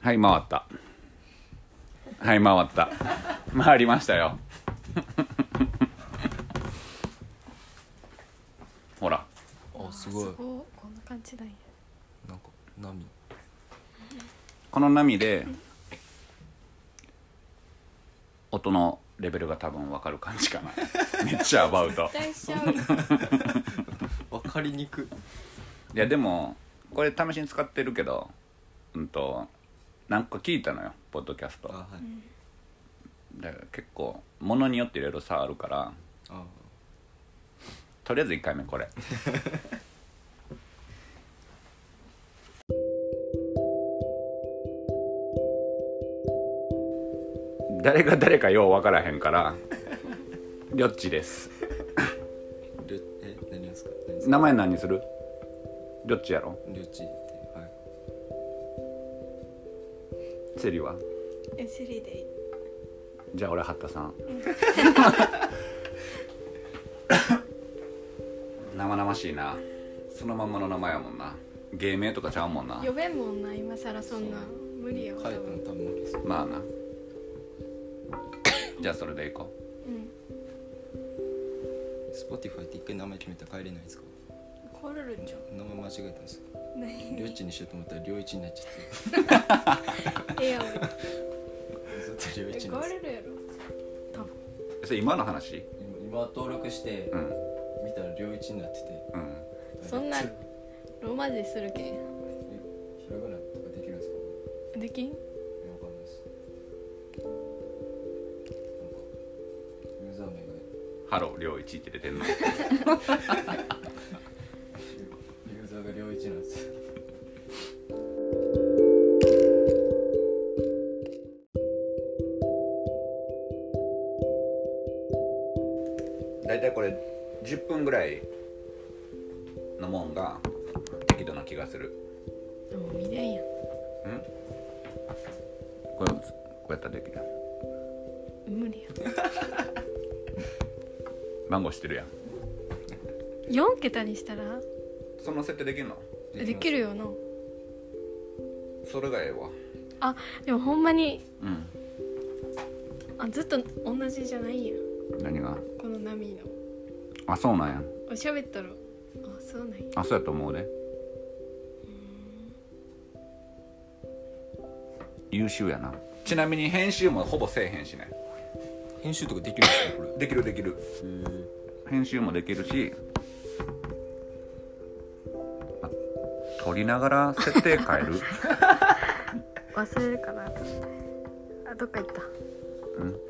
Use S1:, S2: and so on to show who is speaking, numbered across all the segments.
S1: はい回ったはい回った回りましたよ ほら
S2: あすごい
S3: すごいこんな感じだよ
S2: なんか波
S1: この波で音のレベルが多分分かる感じかな めっちゃアバウト
S3: 大しち ゃうよ
S2: わかりにく
S1: いやでもこれ試しに使ってるけどうんとなんか聞いたのよポッドキャスト
S2: あはい
S1: で結構ものによっていろいろ差あるから
S2: あ
S1: とりあえず1回目これ 誰が誰かよう分からへんからりょっちです
S2: りょえ何ですか何ですか
S1: 名前何にするりょっちやろ
S2: りょちってはい
S1: セリは
S3: えセリでいい
S1: じゃあ俺八田さん生々しいなそのまんまの名前やもんな芸名とかちゃうもんな
S3: 呼べんもんな今さらそんな
S2: そう
S3: 無理よ
S2: 書いたの多分無理です
S1: まあな じゃあそれでいこう
S3: うん
S2: スポティファイって一回名前決めたら帰れないんですか
S3: コールルンじゃ
S2: 名前間違えたんですよ
S3: んない
S2: りょちにしようと思ったらりょいちになっちゃっ
S3: ええやん
S2: てずっとりょいち
S3: コ
S2: なんで
S3: ー
S2: す
S3: ルルンやろ
S1: それ今の話
S2: 今登録して
S1: うん
S2: 見たらりょいちになってて
S1: うん
S3: そんな
S2: え
S3: ローマ字するけん
S2: ひらがなとかできるんですか
S3: できん
S2: いやわかんないですなんかユーザー名が
S1: ハローりょういちって出てんの
S2: ユーザーが良一なんですよ
S1: 大体これ10分ぐらいのもんが適度な気がする
S3: もう見ないやん
S1: これこうやったらできる
S3: 無理や
S1: 番号してるやん
S3: 四桁にしたら
S1: その設定できるの
S3: えできるよな
S1: それがええわ
S3: でもほんまに
S1: うん
S3: あずっと同じじゃないやん
S1: 何が
S3: この波の
S1: あそうなんや
S3: おしゃべったらあそうなんや
S1: あそうやと思うで優秀やなちなみに編集もほぼせえへんしね
S2: 編集とかできるんですかこれ
S1: できるできる編集もできるし、ま撮りながら設定変える
S3: 忘れるかなあどっか行った
S1: うん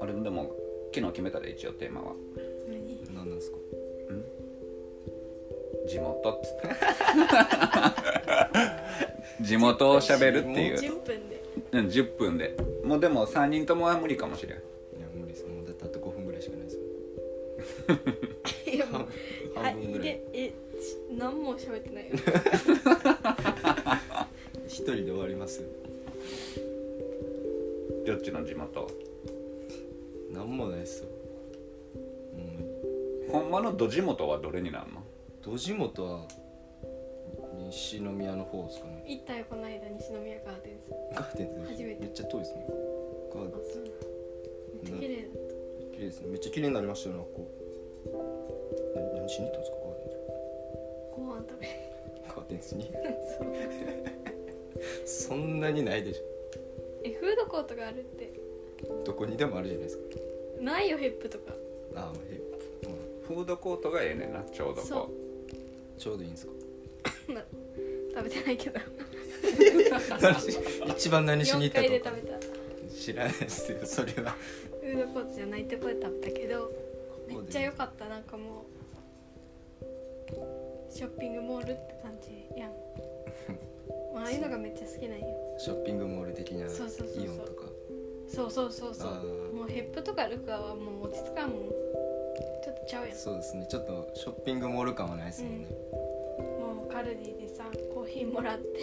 S1: あれでも昨日決めたで一応テーマは
S3: 何
S2: 何なんですか
S1: 地元っつって 地元を喋るっていう
S3: 10分で
S1: うん10分でもうでも3人ともは無理かもしれん
S2: いや無理ですもうだってあと5分ぐらいしかないですもん
S3: いやもう
S2: 半半分ぐらい
S3: でえし何も喋っ てないよ
S2: 一人で終わります
S1: どっちの地元
S2: 何もないですよほ
S1: ほ
S2: んまに
S1: んまのど地元はどれになるの
S2: ドジモとは西宮の方ですかね
S3: 行ったよこの間西宮ガーデンズ
S2: ガーデン
S3: 初
S2: ズ
S3: めて
S2: めっちゃ遠いですねガー
S3: あ
S2: デ
S3: そうめっちゃ綺麗だっ
S2: ン綺麗ですねめっちゃ綺麗になりましたよなんかこう何何しに行ったんですかガーデンズ
S3: たご飯食べる
S2: ガーデンズ に
S3: そう
S2: そんなにないでし
S3: えフードコートがあるって
S2: ょどこにでもあるじゃないですか
S3: ないよヘップとか
S2: ああまあへまあ
S1: フードコートがええねんなちょうどこ
S3: そう
S2: ちょうどいいんです か
S3: 食べてないけ ど
S2: 一番何しに行っ
S3: 4
S2: た
S3: 階で
S2: と
S3: 食べたフ
S2: 知らないですよそれは
S3: ードコートじゃないとこで食べたけどめっちゃ良かったなんかもうショッピングモールって感じ やんまあああいうのがめっちゃ好きなんよ
S2: ショッピングモール的なイ
S3: そうそうそうそう
S2: オンとか
S3: そうそうそうそ
S2: あー
S3: うもうヘップとかルカはもう落ち着かんもんちょっとちゃうやん
S2: そうですねちょっとショッピングモール感はないですもんね、
S3: もうカルディでさコーヒーもらって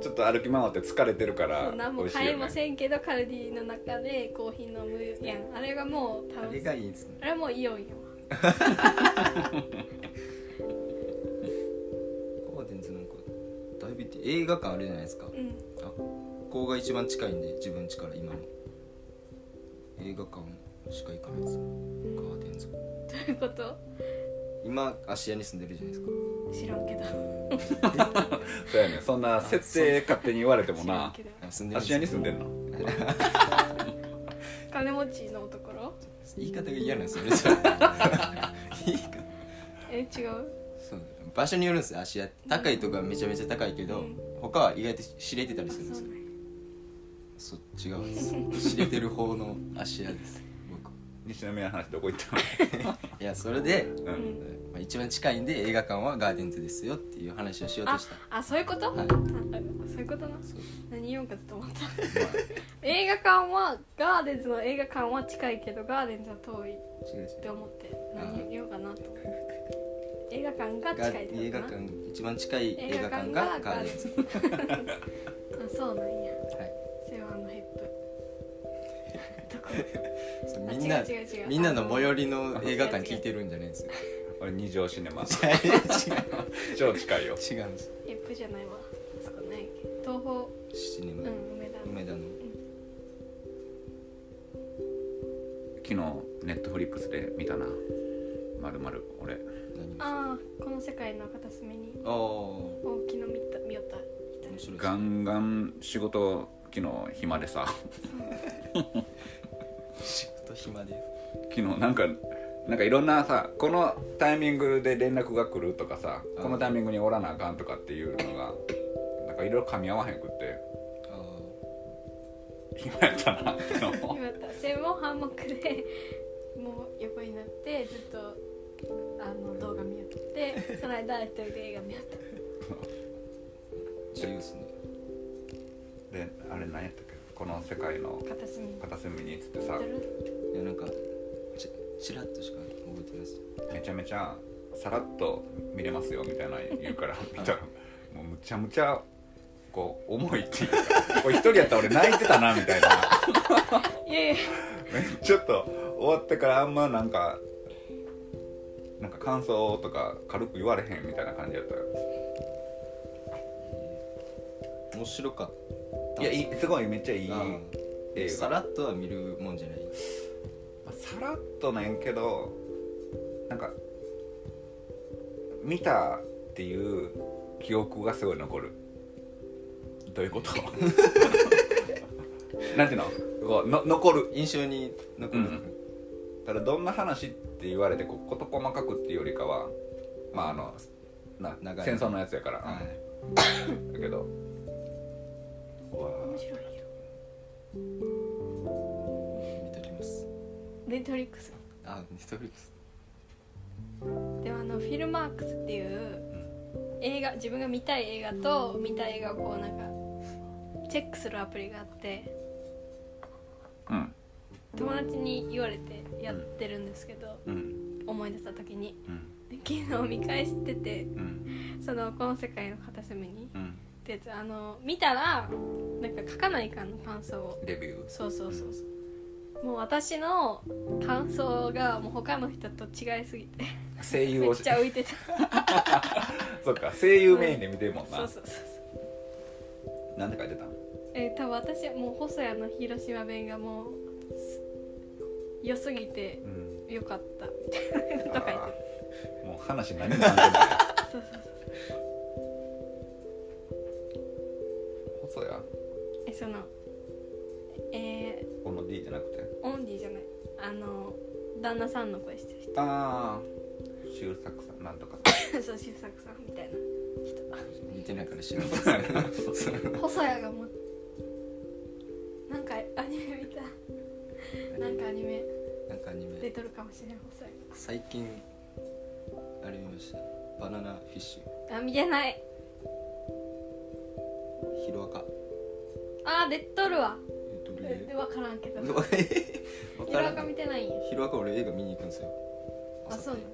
S1: ちょっと歩き回って疲れてるから
S3: そう何
S1: 美
S3: も
S1: 味しい
S3: 買い
S1: よ
S3: ま
S1: ね
S3: せんけどカルディの中でコーヒー飲むやんあれがもう多
S2: あれ
S3: 分
S2: がいいですね
S3: あれはもうイオンよ
S2: オーデンズなんかだいぶ行って映画館あるじゃないですか
S3: うん
S2: ここが一番近いんで自分家から今の映画館しか行かないですガーデンズ
S3: どういうこと
S2: 今芦屋に住んでるじゃないですか
S3: 知らんけど
S1: そうやねそんな設定勝手に言われても
S3: 知らん
S1: な
S3: けど
S2: あ住んでる
S1: 芦屋に住んで
S2: る
S1: んの
S3: 金持ちのところ
S2: 言い方が嫌なんですよねそれ 言い方
S3: え違う
S2: そう場所によるんですよ芦屋高いとこはめちゃめちゃ高いけど、
S3: うん
S2: 他は意外と知れてたり
S3: あ
S2: するんで
S3: そ
S2: す
S3: う
S2: よ
S3: なんや
S2: そう違うんです知れてる方の芦屋です僕
S1: 西宮の話どこ行った
S2: いやそれで、
S1: の、うん
S3: うん
S2: まあ、一番近いんで映画館はガーデンズですよっていう話をしようとした
S3: あそういうこと、
S2: はい
S3: あそういうことな
S2: そう
S3: 何言おうかずっと思った 映画館はガーデンズの映画館は近いけどガーデンズは遠いっ
S2: 違う違う
S3: て思って
S2: あー
S3: 何言おうかなと思って映画館が
S2: が
S3: 近いって
S2: 映
S3: こ
S2: 画
S3: とな
S2: 館一番近い映画館がガーデンズ
S3: あそうなんや
S2: はい
S3: 世話のヘップ
S2: そう
S3: あ
S2: みんな
S3: 違う違う違う
S2: みんなの最寄りの映画館聞いてるんじゃないんですよ
S1: 俺二条シネマ
S2: 違う
S1: 超近いよ
S2: 違うんです
S3: ヘップじゃないわあそこないっけ東宝
S2: シネマ、
S3: うん梅田の
S2: 梅田の
S1: 昨日ネットフリックスで見たなまるまる俺
S2: 何です
S3: ああこの世界の片隅に
S2: ああ面
S3: 大きな見た見よった人
S2: 白いです
S1: ガンガン仕事昨日暇でさ
S2: 仕事暇で
S1: 昨日なんかなんかいろんなさこのタイミングで連絡が来るとかさ
S2: うん
S1: このタイミングにおらなあかんとかっていうのがなんかいろいろ噛み合わへんくって
S2: ああ
S1: 暇やったな昨日
S3: 今やった専門ハンモックでもう横になってずっとあの動画見よってその間一人で映画見よった
S2: 自由ですね
S1: であれ何やったっけこの世界の
S3: 片隅に
S1: 片隅にっつってさ
S2: いやなんかちちらっとしか覚えてないです
S1: めちゃめちゃさらっと見れますよみたいなの言うから見たらもうむちゃむちゃこう重いっていうかこれ一人やったら俺泣いてたなみたいな
S3: いやいや
S1: ちょっと終わってからあんまなんかなんか感想とか軽く言われへんみたいな感じやったよ
S2: 面白かった
S1: いやいいすごいめっちゃいい
S2: あ
S1: 映
S2: あ
S1: 画
S2: さらっとは見るもんじゃない
S1: まあさらっとなんやけどなんか見たっていう記憶がすごい残るどういうこと なんていうのこうの残る
S2: 印象に残る、
S1: うんただどんな話って言われてこう事細かくっていうよりかはまああのな
S2: 長い
S1: 戦争のやつやから、
S2: は
S1: うんだけどうわ
S3: 面白いよ
S2: い見ときます
S3: ネットフリックス
S2: あネットフリックス
S3: でもあのフィルマークスっていう映画自分が見たい映画と見たい映画をこうなんかチェックするアプリがあって
S1: うん
S3: 友達に言われてやってるんですけど、
S1: うん
S3: 思い出した時に
S1: うん
S3: で昨日見返してて
S1: うん
S3: そのこの世界の片隅に
S1: うん
S3: ってやつあの見たらなんか書かないかんの感想を
S1: レビュー
S3: そうそうそうそうもう私の感想がもう他の人と違いすぎて
S1: 声優
S3: めっ
S1: を
S3: ちゃ浮いて た
S1: そっか声優メインで見てるもんな、
S3: そうそうそうそう
S1: なんて書いてたん
S3: えー、多分私はもう細谷の広島弁がもうす良すぎて
S1: うん
S3: 良かったみたいなこと書いて
S1: あ
S3: る
S1: ーもう話何も関係ない
S3: そうそうそう
S1: 細や
S3: えそのえ
S1: この D じゃなくて
S3: ー、オンディじゃないあの旦那さんの声してる人
S1: ああ周作さんなんとか
S3: そう修作さんみたいな人
S2: 見てないから知らないです
S3: 細谷がもうなんかアニメ見たなんかアニメ
S2: なんかアニ
S3: 出
S2: メ
S3: とるかもしれん細谷
S2: 最近あれ見ましたバナナフィッシ
S3: あ見てない
S2: ュヒロアカ
S3: あー出とるわ
S2: えどれ
S3: で分からんけど
S2: わ
S3: ヒ
S2: か
S3: ロ
S2: ら
S3: アカ
S2: ん
S3: 見てないんや
S2: ヒロアカ俺映画見に行くんですよ
S3: あそうなの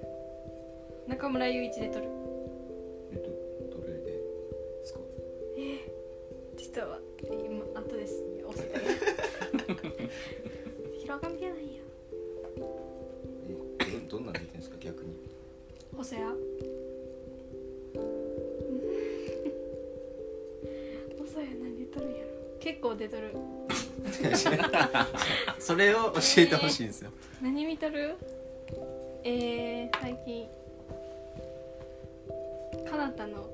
S3: 中村雄一出とる
S2: えっとどれですか
S3: 結構出とる
S2: それを教えてほしいんですよ、
S3: 何見とるえー、最近かなたの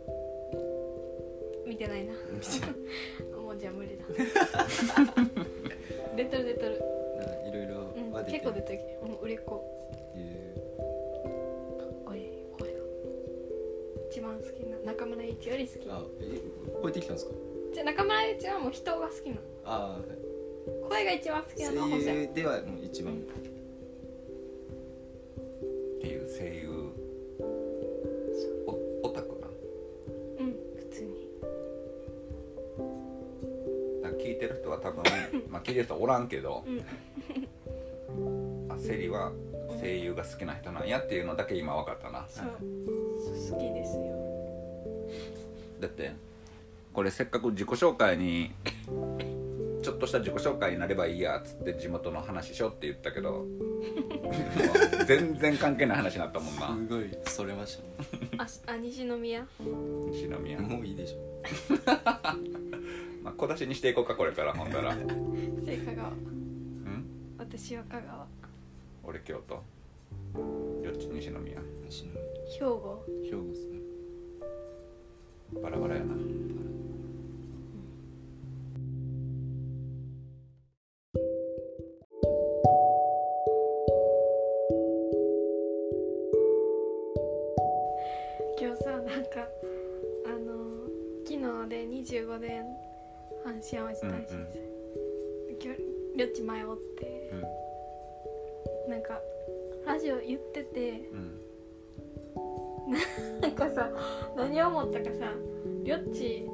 S3: 見て ないなもうじゃあ無理 だ出とる出とる、
S2: なんかいろいろ
S3: う
S2: は
S3: ん、
S2: でき
S3: 結
S2: るっ
S3: 構出とるけどもう売れっ子
S2: ていう
S3: おい声が一番好きな中村ゆういちより好き
S2: あえ超えてきたんですか
S3: じゃあ中村ゆういちはもう人が好きな
S2: ああ
S3: の声が一番好きなのは
S2: 声
S3: ホセ
S2: 優ではもう一番
S1: ていう声優おオタクな
S3: うん普通に
S1: だから聞いてる人は多 分まあ聞いてる人おらんけど、あセリは声優が好きな人なんやっていうのだけ今分かったな
S3: そうそう好きですよ
S1: だってこれせっかく自己紹介にちょっとした自己紹介になればいいやっつって地元の話しようって言ったけど もう全然関係ない話になったもんな
S2: すごいそれましたね
S3: あしあ西宮
S1: 西宮、
S2: もういいでしょ
S1: まあ、小出しにしていこうかこれからほんだら
S3: 聖香川
S1: うん
S3: 私は香川
S1: 俺京都よっち西宮
S2: 西の
S3: 兵庫
S2: 兵庫ですね
S1: バラバラやな
S3: 今日さなんかあの昨日で25年阪神・淡路大震災、今日りょっち前おって
S1: うん
S3: なんかラジオ言ってて
S1: うん
S3: なんかさ何を思ったかさりょっち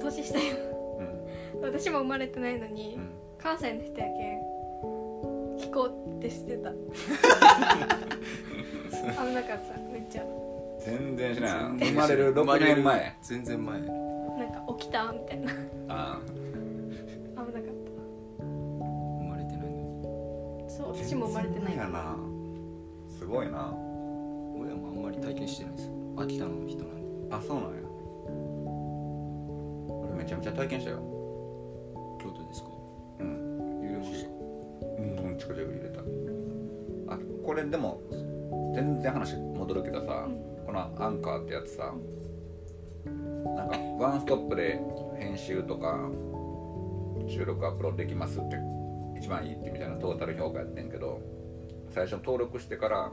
S3: 年下よ
S1: う ん
S3: 私も生まれてないのに、
S1: うん
S3: 関西の人やけん聞こうってしてた危なかっためっちゃ
S1: 全然しない生まれる6年前
S2: 全然前
S3: なんか起きたみたいな
S1: あ
S3: 危なかった
S2: 生まれてないのに
S3: そう
S1: あ
S3: 私も生まれてない
S1: やなすごいな
S2: 俺はもうあんまり体験してないですよ秋田の人なんで
S1: あそうなんや俺めちゃめちゃ体験したよ
S2: 京都ですか
S1: うん
S2: 揺れました
S1: うん近くで入れたあこれでも全然話戻るけどさ、
S3: うん
S1: このアンカーってやつさなんかワンストップで編集とか収録アップロードできますって一番いいってみたいなトータル評価やってんけど最初登録してから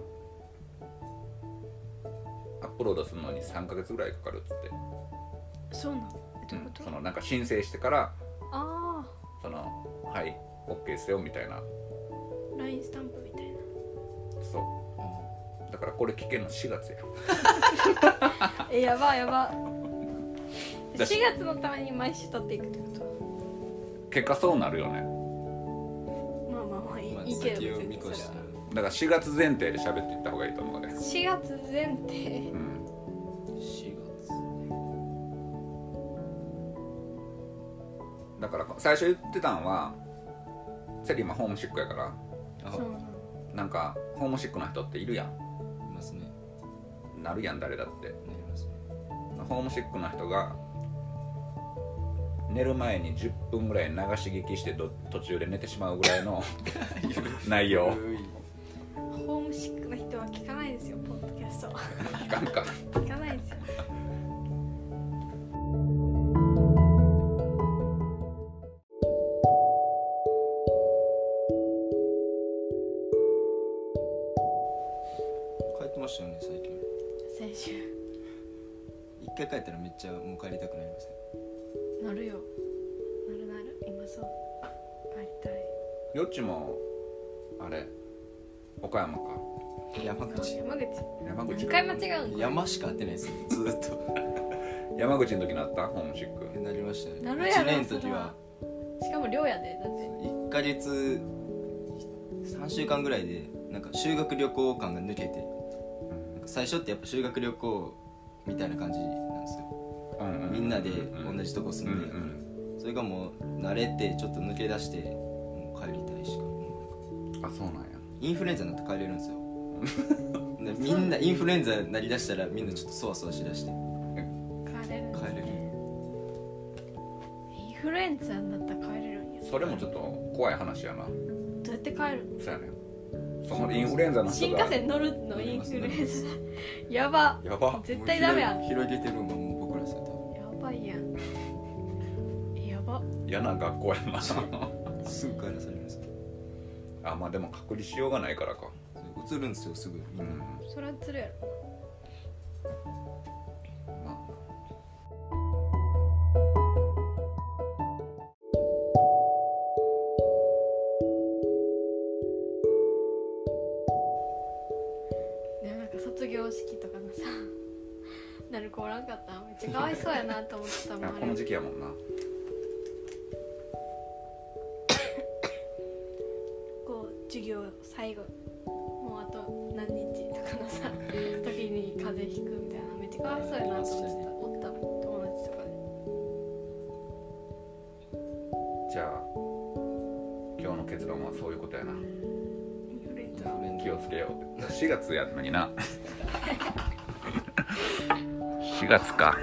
S1: アップロードするのに3ヶ月ぐらいかかるっつって、
S3: そうなのどういうこ
S1: そ
S3: と
S1: のなんか申請してから
S3: あ
S1: そのはいオッケーですよみたいな
S3: あラインスタンプみたいな
S1: そうだからこれ聞けるの4月や
S3: えやばいやばい
S1: だ
S3: 4
S1: し
S3: 月のために毎週撮っていくってこ
S1: 結果そうなるよね
S3: とまあまあまあいい,、
S2: まあ
S3: いいけど
S2: 先を見越
S3: 別に
S2: し
S3: そ
S2: て
S3: れは
S1: だから4月前提で喋っていった方がいいと思うね
S3: 4月前提
S1: うん
S2: 4月
S1: だから最初言ってたんはセリ今ホームシックやから
S2: あ
S3: そうなの
S1: なんかホームシックな人っているやん
S2: いますね
S1: なるやん誰だって
S2: なりますね
S1: ホームシックな人が寝る前に10分ぐらい流し聞きしてど途中で寝てしまうぐらい の内容
S3: ホームシックな人は聞かないですよポッドキャストは
S1: 聞かんか
S3: 聞かないですよ
S2: 帰ってましたよね最近
S3: 先週
S2: 一回帰ったらめっちゃもう帰りたくなりますね
S3: なるよなるなる今そう帰りたい
S1: よっちもあれ岡山か
S2: 山口
S3: 山口
S1: 山口
S3: 何
S1: か
S3: 回間違うんか
S2: 山しか会ってないですよずーっ と
S1: 山口の時なったホームシック
S2: なりましたね
S3: なるやろ
S2: 1年の時は
S3: しかも寮やでだって
S2: 1ヶ月3週間ぐらいでなんか修学旅行感が抜けてなんか最初ってやっぱ修学旅行みたいな感じなんですよみんなで同じとこ住んでや
S1: う
S2: か
S1: ん
S2: ら
S1: うん
S2: それがもう慣れてちょっと抜け出してもう帰りたいしかもうなんか
S1: あそうなんや
S2: インフルエンザになって帰れるんで すよでみんなインフルエンザになりだしたらみんなちょっとそわそわしだして
S3: 帰れるんです
S2: 帰れる
S3: ねいいフルエンザになったら帰れるんや
S1: それもちょっと怖い話やな
S3: どうやって帰る
S1: そうやねそのインフルエンザの
S3: の
S1: 人
S3: 新
S1: が
S3: 幹線乗るのインフルエンザやば
S1: やば
S3: 絶対ダメや
S2: もう広げ広げてるもんもう僕らさ多
S3: やばいやんえやば
S1: 嫌な学校やな
S2: 分すぐ帰らされるんですよ
S1: あまあでも隔離しようがないからか
S2: それ移るんですよすぐみ
S1: うんん
S2: な、
S3: そらつるやろ
S1: ま
S3: でもなんか卒業式とかのさなる子おらんかっためっちゃかわいそうやなと思ってた
S1: あ
S3: もんあ
S1: こ
S3: れ
S1: の時期やもんな
S3: こう授業最後もうあと何日とかのさ時に風邪ひくみたいなめっちゃかわいそうやなと思ってたおったもん友
S1: じ
S3: 達とかで
S1: ゃあ今日の結論はそういうことやな
S3: インフルエンザ
S2: インフルエンザ
S1: 気をつけようって4月やのにな4月か